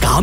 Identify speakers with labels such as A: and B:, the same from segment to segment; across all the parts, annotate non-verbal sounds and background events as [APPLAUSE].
A: 咁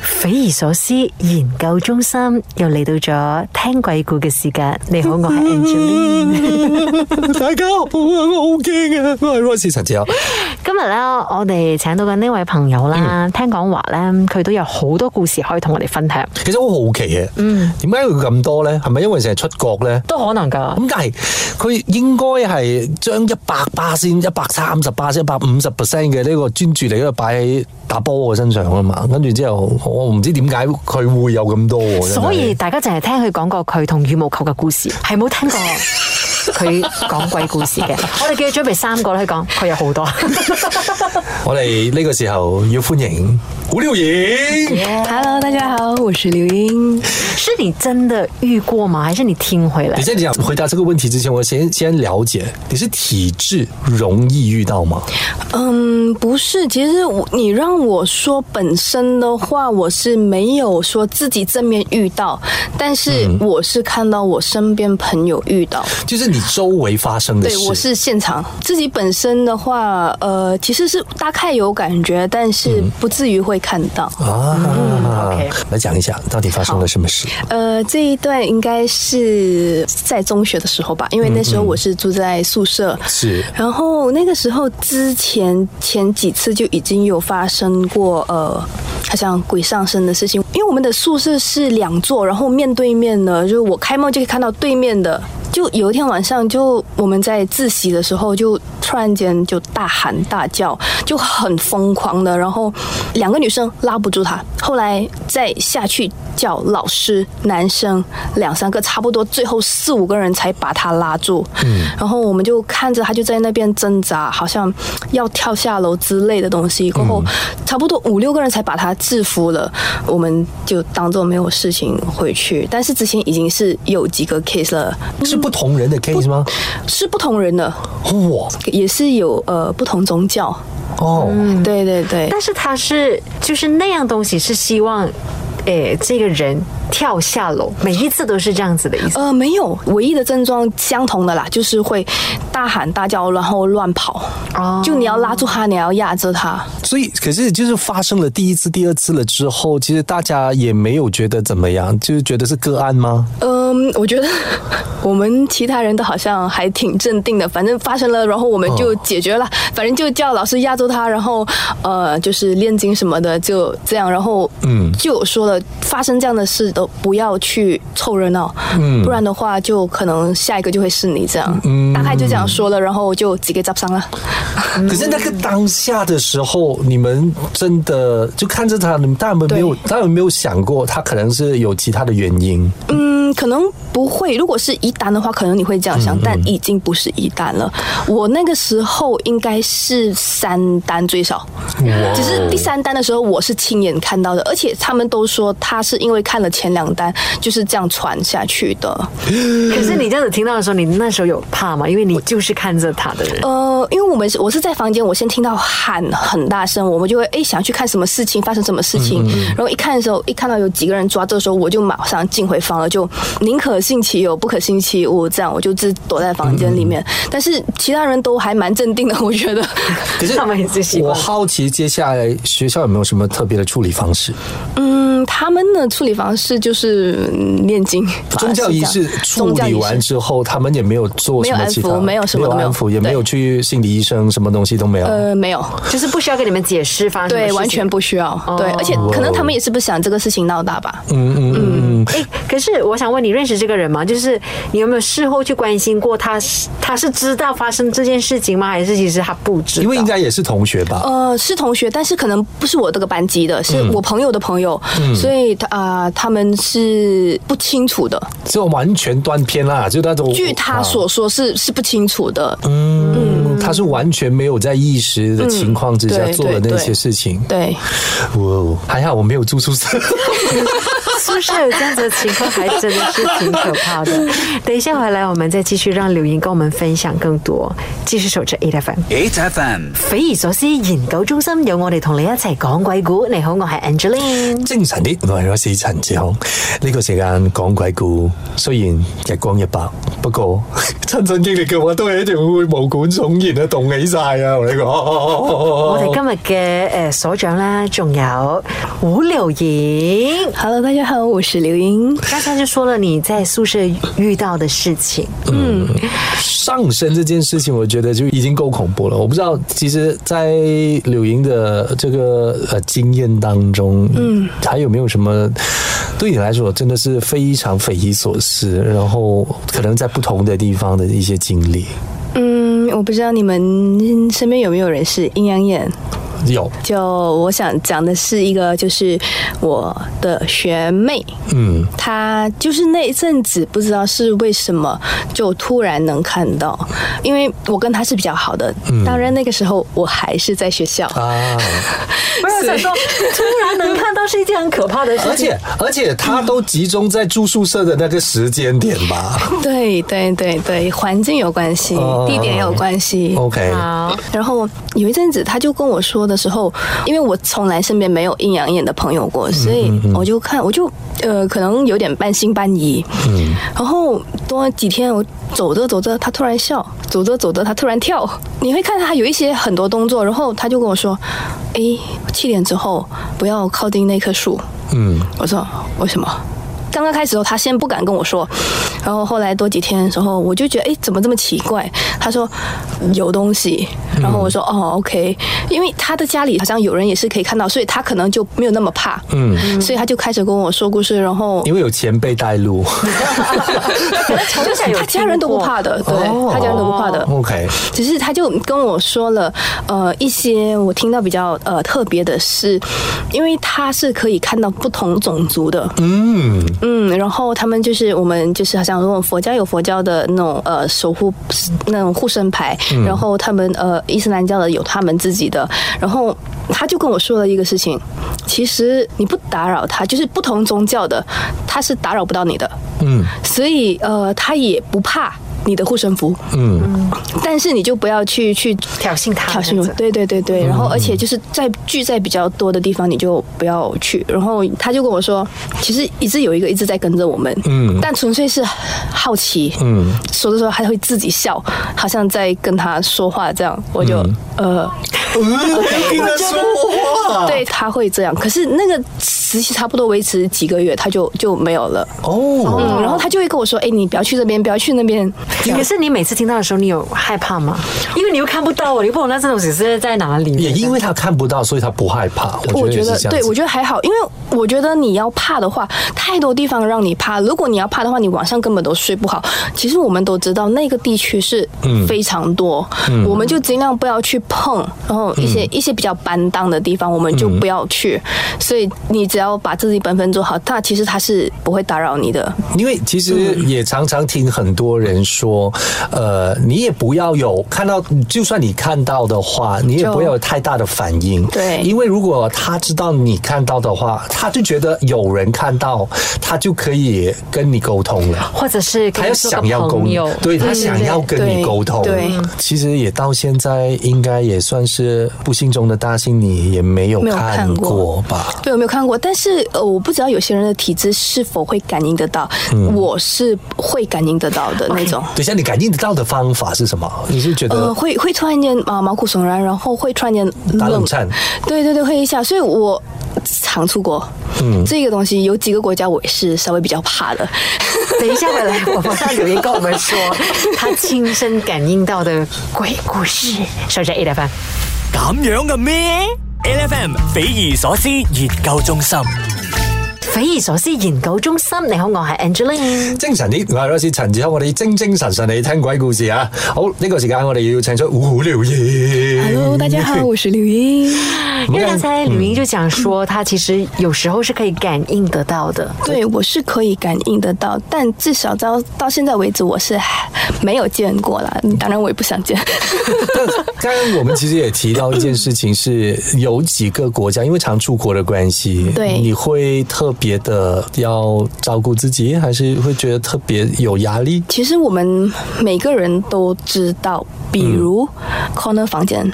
B: 匪夷所思研究中心又嚟到咗聽鬼故嘅時間。你好， [LAUGHS] 我係 Angeline。
C: 大家好啊，我好驚啊，我係 Royce 陳志友。
B: 今日咧，我哋請到嘅呢位朋友啦，聽講話咧，佢都有好多故事可以同我哋分享，
C: 其實我好好奇嘅，嗯，點解佢咁多咧？係咪因為成日出國咧？
B: 都可能噶。
C: 咁但係佢應該係將一百巴仙、一百三十巴仙、一百五十 percent 嘅呢個專注力都擺喺打波嘅身上啊嘛。跟住之後，我唔知點解佢會有咁多喎。真係
B: 所以大家淨係聽佢講過佢同羽毛球嘅故事，係冇 [LAUGHS] 聽過佢講鬼故 [LAUGHS] 事嘅。我哋叫佢準備三個啦，佢講佢有好多。
C: 我哋呢個時候要歡迎古廖影。
D: Hello，大家好，我是刘
B: [LAUGHS]
D: 英。
B: 是你真的遇過嗎？還是你聽回來
C: 你？在講啊回答這個問題之前，我先先了解你是體質容易遇到嗎？
D: 嗯，不是，其实我你让我说本身的话，我是没有说自己正面遇到，但是我是看到我身边朋友遇到。
C: 就是你周圍發生的
D: 对
C: 事。，
D: 我是现场自己本身的话，呃，其实是大概有感觉，但是不至于会看到。
C: 啊
B: 嗯 OK
C: 来讲一下到底发生了什么事。
D: 呃，这一段应该是在中学的时候吧，因为那时候我是住在宿舍，
C: 是
D: 然后那个时候之前前几次就已经有发生过呃，好像鬼上身的事情，因为我们的宿舍是两座，然后面对面的，就是我开门就可以看到对面的。就有一天晚上就，我们在自习的时候，就突然间就大喊大叫，就很疯狂的。然后两个女生拉不住他，后来再下去叫老师，男生两三个，差不多最后四五个人才把他拉住。嗯，然后我们就看着他就在那边挣扎，好像要跳下楼之类的东西。过后、差不多五六个人才把他制服了，我们就当做没有事情回去。但是之前已经是有几个 case 了，
C: 是不同人的 case 吗？
D: 是不同人的，
C: 哇
D: 也是有呃不同宗教。
C: 哦，
B: 嗯
D: 对对对。
B: 但是他是就是那样东西，是希望，诶、这个人跳下楼，每一次都是这样子的意思。
D: 呃，没有，唯一的症状相同的啦，就是会大喊大叫，然后乱跑。
B: 哦
D: 就你要拉住他，你要压着他。
C: 所以可是就是发生了第一次、第二次了之后，其实大家也没有觉得怎么样，就是觉得是个案吗？
D: 嗯，我 [LAUGHS] 觉得我们其他人都好像还挺镇定的，反正发生了，然后我们就解决了，反正就叫老师压住他，然后呃，就是念经什么的，就这样。然后
C: 嗯
D: 就有说了，发生这样的事都不要去凑热闹，不然的话就可能下一个就会是你这样。大概就这样说了，然后就几个잡상了。
B: 嗯
C: 可是那个当下的时候，你们真的就看着他，你们大家有没有，
D: 对
C: 大家有没有想过他可能是有其他的原因？
D: 嗯，可能不会。如果是一单的话，可能你会这样想，但已经不是一单了。我那个时候应该是三单最少，
B: 嗯
C: 哦
D: 只是第三单的时候我是亲眼看到的，而且他们都说他是因为看了前两单就是这样传下去的。嗯
B: 可是你这样子听到的时候，你那时候有怕吗？因为你就是看着他的人。
D: 呃，因为我们是我是在房间，我先听到喊很大声，我们就会诶想去看什么事情发生什么事
C: 嗯
D: 情，然后一看的时候，一看到有几个人抓着的时候，我就马上进回房了，就宁可信其有，不可信其无，这样我就自躲在房间
C: 嗯
D: 里面。但是其他人都还蛮镇定的，我 [LAUGHS] 觉得。
C: 可是
B: 他们也是习惯
C: 我好奇接下来学校有没有什么特别的处理方式？
D: 嗯，他们的处理方式就是嗯念经，
C: 宗教仪式处
D: 宗教仪
C: 理
D: 式
C: 完之后，他们也没有做什么其他，
D: 没有安抚没有什么都
C: 没
D: 没
C: 有
D: 有
C: 安抚，也没有去心理医生，什么东西都没有。
D: 呃，没有。
B: 就是不需要跟你们解释发生什么事
D: 对，
B: 情
D: 完全不需要。对，而
C: 哦
D: 且可能他们也是不想这个事情闹大吧。
C: 嗯嗯嗯嗯，
B: 哎，可是我想问你认识这个人吗？就是你有没有事后去关心过他是？他是知道发生这件事情吗？还是其实他不知道？
C: 因
B: [LAUGHS]
C: 为应该也是同学吧。
D: 呃，是同学，但是可能不是我这个班级的，是我朋友的朋友，所以他啊、他们是不清楚的。
C: 就完全断片啦，就那种。啊
D: 据他所说是是不清楚的，
C: 嗯，他是完全没有在意识的情况之下
D: 嗯对
C: 做了那些事情。
D: 对， [LAUGHS]
C: 哇，还好我没有住宿舍，
B: 宿舍有这样子的情况，还真的是挺可怕
D: [LAUGHS]
B: 的。等一下回来，我们再继续让柳莹跟我们分享更多。继续守着 A F M。
E: 8FM.
B: 匪夷所思研究中心有我哋同你一齐講鬼故。你好，我係 Angeline。
C: 精神啲，我係咗四陳志雄。呢、個个时间讲鬼故，雖然日光日白，不 [LAUGHS] 過親身經歷嘅話，都係一定會毛管悚然啊，凍起晒啊！我同你講，
B: 我
C: 我
B: 哋今日嘅诶所長啦，仲有胡柳莹。
D: Hello，大家好，我是刘莹。
B: 刚才就說了你在宿舍遇到的事情，嗯，
C: 上身这件事情，我觉得就已经够恐怖了。我不知道，其实，在柳莹的这个呃经验当中，嗯，还有没有什么对你来说真的是非常匪夷所思，然后可能在不同的地方的一些经历？
D: 嗯，我不知道你们身边有没有人是阴阳眼。
C: 有，
D: 就我想讲的是一个，就是我的学妹，
C: 嗯，
D: 她就是那一阵子不知道是为什么就突然能看到，因为我跟她是比较好的，当然那个时候我还是在学校，
C: 嗯啊，
B: 不是想说突然能看到是一件很可怕的事
C: 而
B: 情。
C: 且而且他都集中在住宿舍的那个时间点吧
D: 对对对对，环境有关系
C: 哦，
D: 地点也有关系，
C: ？OK，
B: 好，
D: 然后有一阵子，他就跟我说的时候，因为我从来身边没有阴阳眼的朋友过，所以我就看，我就呃，可能有点半信半疑。嗯，然后多几天，我走着走着，他突然笑；走着走着，他突然跳。你会看他有一些很多动作，然后他就跟我说：“诶，七点之后不要靠近那棵树。”
C: 嗯，
D: 我说为什么？刚刚开始的时候，他先不敢跟我说，然后后来多几天的时候，我就觉得哎，怎么这么奇怪？他说有东西，然后我说、哦，OK，因为他的家里好像有人也是可以看到，所以他可能就没有那么怕，嗯，所以他就开始跟我说故事，然后
C: 因为有前辈带
D: [LAUGHS]
C: 路
B: 从小有
D: 他家人都不怕的，对，
C: 哦
D: 他家人都不怕的，
C: ，OK，
D: 只是他就跟我说了，呃，一些我听到比较呃特别的是，因为他是可以看到不同种族的，嗯嗯，然后他们就是我们就是好像那种佛教有佛教的那种呃守护那种护身牌，然后他们呃伊斯兰教的有他们自己的，然后他就跟我说了一个事情，其实你不打扰他，就是不同宗教的，他是打扰不到你的，
C: 嗯
D: 所以呃他也不怕你的护身符。
C: 嗯，
D: 但是你就不要去去
B: 挑衅他
D: 挑
B: 这
D: 衅
B: 样
D: 我
B: 子，
D: 对对对
C: 嗯
D: 对。然后而且就是在聚在比较多的地方，你就不要去。然后他就跟我说，其实一直有一个一直在跟着我们，
C: 嗯
D: 但纯粹是好奇，
C: 嗯，
D: 说的时候还会自己笑，好像在跟他说话这样。我就、呃，
C: 嗯跟他说话，
D: [LAUGHS] 对他会这样，可是那个时期差不多维持几个月，他就就没有了。
C: 哦。
D: 嗯，然后他就会跟我说：“哎，你不要去这边，不要去那边。”
B: 可是你每次听到的时候，你有害怕吗？因为你又看不到，啊你又不懂那这种事是在哪里。
C: 也因为他看不到，所以他不害怕。
D: 我
C: 我觉得
D: 觉
C: 也
D: 得
C: 是这样
D: 对，
C: 子
D: 我觉得还好，因为我觉得你要怕的话，太多地方让你怕。如果你要怕的话，你晚上根本都睡不好。其实我们都知道那个地区是
C: 嗯
D: 非常多，我们就尽量不要去碰，然后一些、
C: 嗯
D: 一些比较搬档的地方，我们就不要去。所以你只要把自己本分做好，它其实它是不会打扰你的。
C: 因为其实也常常听很多人说，呃，你也不要有看到，就算你看到的话，你也
D: 就
C: 不要有太大的反应。
D: 对
C: 因为如果他知道你看到的话，他就觉得有人看到，他就可以跟你沟通了。
B: 或者是
C: 他
B: 跟
C: 要
B: 你做个
C: 想要沟
B: 朋友，，
C: 对他想要跟你沟通。
D: 对对
C: 其实也到现在应该也算是不幸中的大幸，你也没有
D: 没有看
C: 看
D: 过
C: 过吧？
D: 对，我没有看过，但是呃，我不知道有些人的体质是否会感应得到，
C: 嗯
D: 我是会感应得到的那种。
C: 等一下，你感应得到的方法是什么？你是觉
D: 呃，
C: 得
D: 会会突然间啊、毛骨悚然，然后会突然间
C: 打冷
D: 冷
C: 战？
D: 对对对，会一下，所以我常出国。嗯，这个东西有几个国家我也是稍微比较怕的。
B: 等一下回来，我们让柳岩跟我们说她亲身感应到的鬼故事。守着 A F M。
A: 咁樣嘅咩？LFM 匪夷所思研究中心。
B: 匪夷所思研究中心，你好，我係 Angeline。
C: 精神啲，我係 Rosie 陳志康，我哋精精神神嚟聽鬼故事啊！好，呢、個時間我哋要請出胡聊嘢。
D: Hello，大
C: [LAUGHS]
D: 家好，我是刘英。
B: 因为刚才吕莹就讲说，她其实有时候是可以感应得到的。
D: 对，我是可以感应得到，但至少到到现在为止，我是没有见过啦。当然，我也不想见。 [LAUGHS]
C: [LAUGHS] 刚刚我们其实也提到一件事情是，有几个国家因为常出国的关系，
D: 对
C: 你会特别的要照顾自己，还是会觉得特别有压力？
D: 其实我们每个人都知道，比如
C: 嗯
D: corner 房间，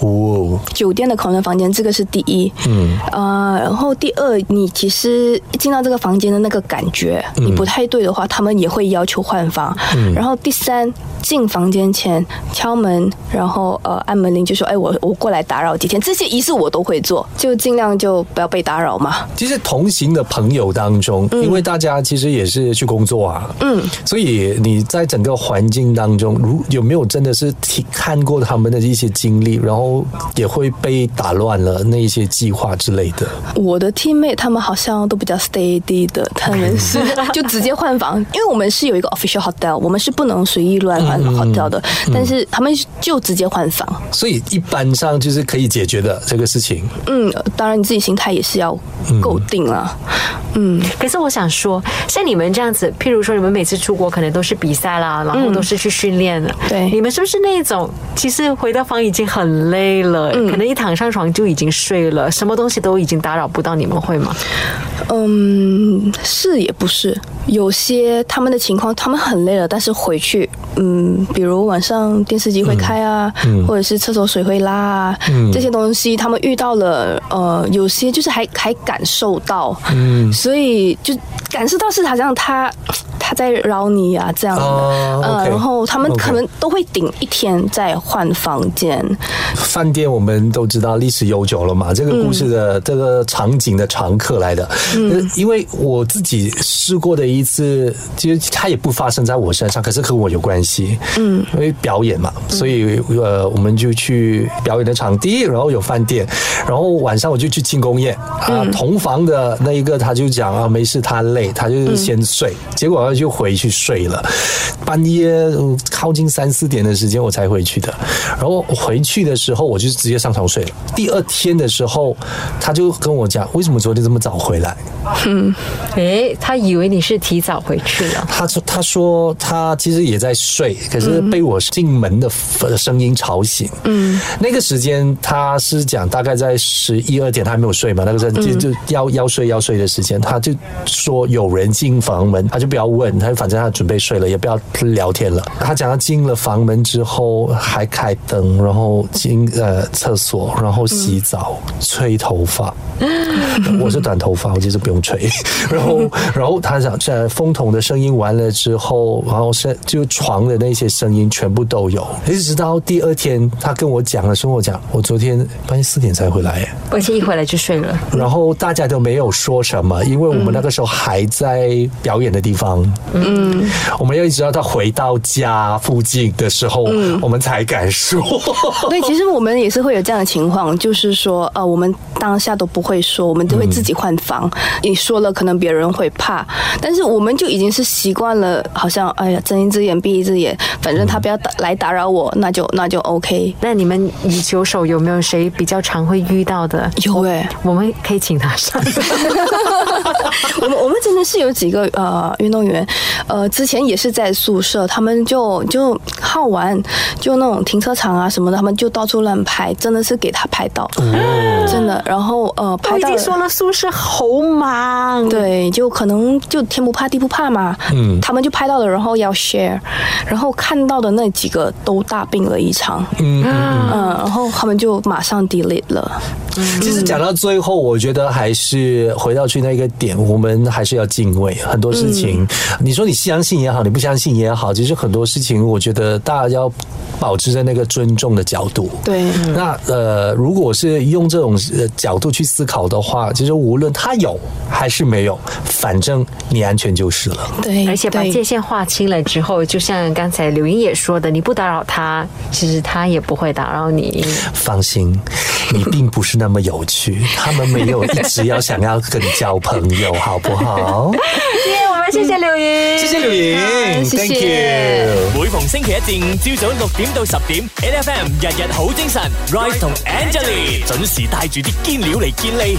C: 哦，
D: 酒店的 corner 房间，这个是第一。
C: 嗯
D: 呃，然后第二，你其实一进到这个房间的那个感觉，你不太对的话，他们也会要求换房。然后第三，进房间前敲门，然后呃按门铃就说：“哎，我我过来打扰几天。”这些仪式我都会做，就尽量就不要被打扰嘛。
C: 其实同行的朋友当中，因为大家其实也是去工作啊，嗯，所以你在整个环境当中，如有没有真的是听看过他们的一些经历，然后也会被打乱了那一些计划之类的？
D: 我的 teammate 他们好像都比较 steady 的，他们是就直接换房，因为我们是有一个 official hotel，我们是不能随意乱换 hotel 的，但是他们就直接换房。
C: 所以一般上就是可以解决的这个事情。
D: 嗯，当然你自己心态也是要够定了。嗯
B: 可是我想说，像你们这样子，譬如说你们每次出国可能都是比赛啦，然后都是去训练的，
D: 对
B: 你们是不是那种其实回到房已经很累了，可能一躺上床就已经睡了，什么东西都已经打扰不到你们，会吗？
D: 嗯，是也不是，有些他们的情况，他们很累了，但是回去，嗯，比如晚上电视机会开啊，
C: 嗯
D: 或者是厕所水会拉啊，这些东西他们遇到了，呃，有些就是还还感受到，
C: 嗯
D: 所以就感受到是好像他他在扰你啊这样的，
C: 哦
D: 呃，
C: OK，
D: 然后他们
C: OK
D: 可能都会顶一天再换房间，
C: 饭店我们都知道历史悠久了嘛，这个故事的、这个场景的常客来的。嗯，因为我自己试过的一次，其实它也不发生在我身上，可是和我有关系。嗯，因为表演嘛，所以呃，我们就去表演的场地，然后有饭店，然后晚上我就去庆功宴啊，同房的那一个他就讲啊，没事，他累，他就是先睡，结果他就回去睡了，半夜嗯靠近三四点的时间我才回去的，然后回去的时候我就直接上床睡了。第二天的时候，他就跟我讲，为什么昨天这么早回来？
B: 诶，他以为你是提早回去了。
C: 他说他说他其实也在睡，可是被我进门的呃声音吵醒。嗯，那个时间他是讲大概在十一二点，他还没有睡嘛，那个时候就就要要睡要睡的时间，他就说有人进房门，他就不要问，他反正他准备睡了，也不要聊天了。他讲他进了房门之后还开灯，然后进呃厕所，然后洗澡、吹头发。我是短头发，我其实不用吹。然后，然后他想，这风筒的声音完了之后，然后是就床的那些声音全部都有，一直到第二天他跟我讲的时候，我讲我昨天半夜四点才回来耶，
B: 而且一回来就睡了，
C: 然后大家都没有说什么，因为我们那个时候还在表演的地方。嗯，我们要一直到他回到家附近的时候，我们才敢说。
B: [LAUGHS]
D: 对，其实我们也是会有这样的情况，就是说，呃，我们当下都不会说，我们都会自己换房。你说了，可能别人会怕，但是我们就已经是习惯了，好像哎呀，睁一只眼闭一只眼，反正他不要打来打扰我，那就那就 OK。
B: 那你们羽球手有没有谁比较常会遇到的？
D: 有哎、
B: 我们可以请他上。
D: [LAUGHS] 我们我们真的是有几个呃运动员，呃，之前也是在宿舍，他们就就好玩，就那种停车场啊什么的，他们就到处乱拍，真的是给他拍到，真的。然后呃，
B: 我
D: 拍
B: 嗯已
D: 到
B: 经
D: 了
B: 说了宿舍好忙，
D: 对，就可能就天不怕地不怕嘛，嗯，他们就拍到了，然后要 share，然后看到的那几个都大病了一场，
C: 嗯
D: 嗯，然后他们就马上 delete 了，
C: 其实讲到最后，我觉得还是回到去那个点，我们还是要敬畏很多事情。你说你相信也好，你不相信也好，其实很多事情，我觉得大家要保持在那个尊重的角度。
D: 对，
B: 嗯
C: 那呃，如果是用这种呃角度去思考的话，其实无论他有还是没有，反正你安全就是了。
D: 对，
B: 而且把
D: 对
B: 界限划清了之后，就像刚才刘英也说的，你不打扰他，其实他也不会打扰你。
C: 放心，你并不是那么有趣，他们没有一直要想要跟你交朋友，好不好？
B: 今天我们谢谢刘英，
C: 谢谢柳莹
D: 好谢
C: ，Thank
D: 谢
C: you。
A: 每逢星期一至五朝早六點到十點，N F M 日日好精神，Rise 同 Angelie 準時帶住啲堅料嚟健利。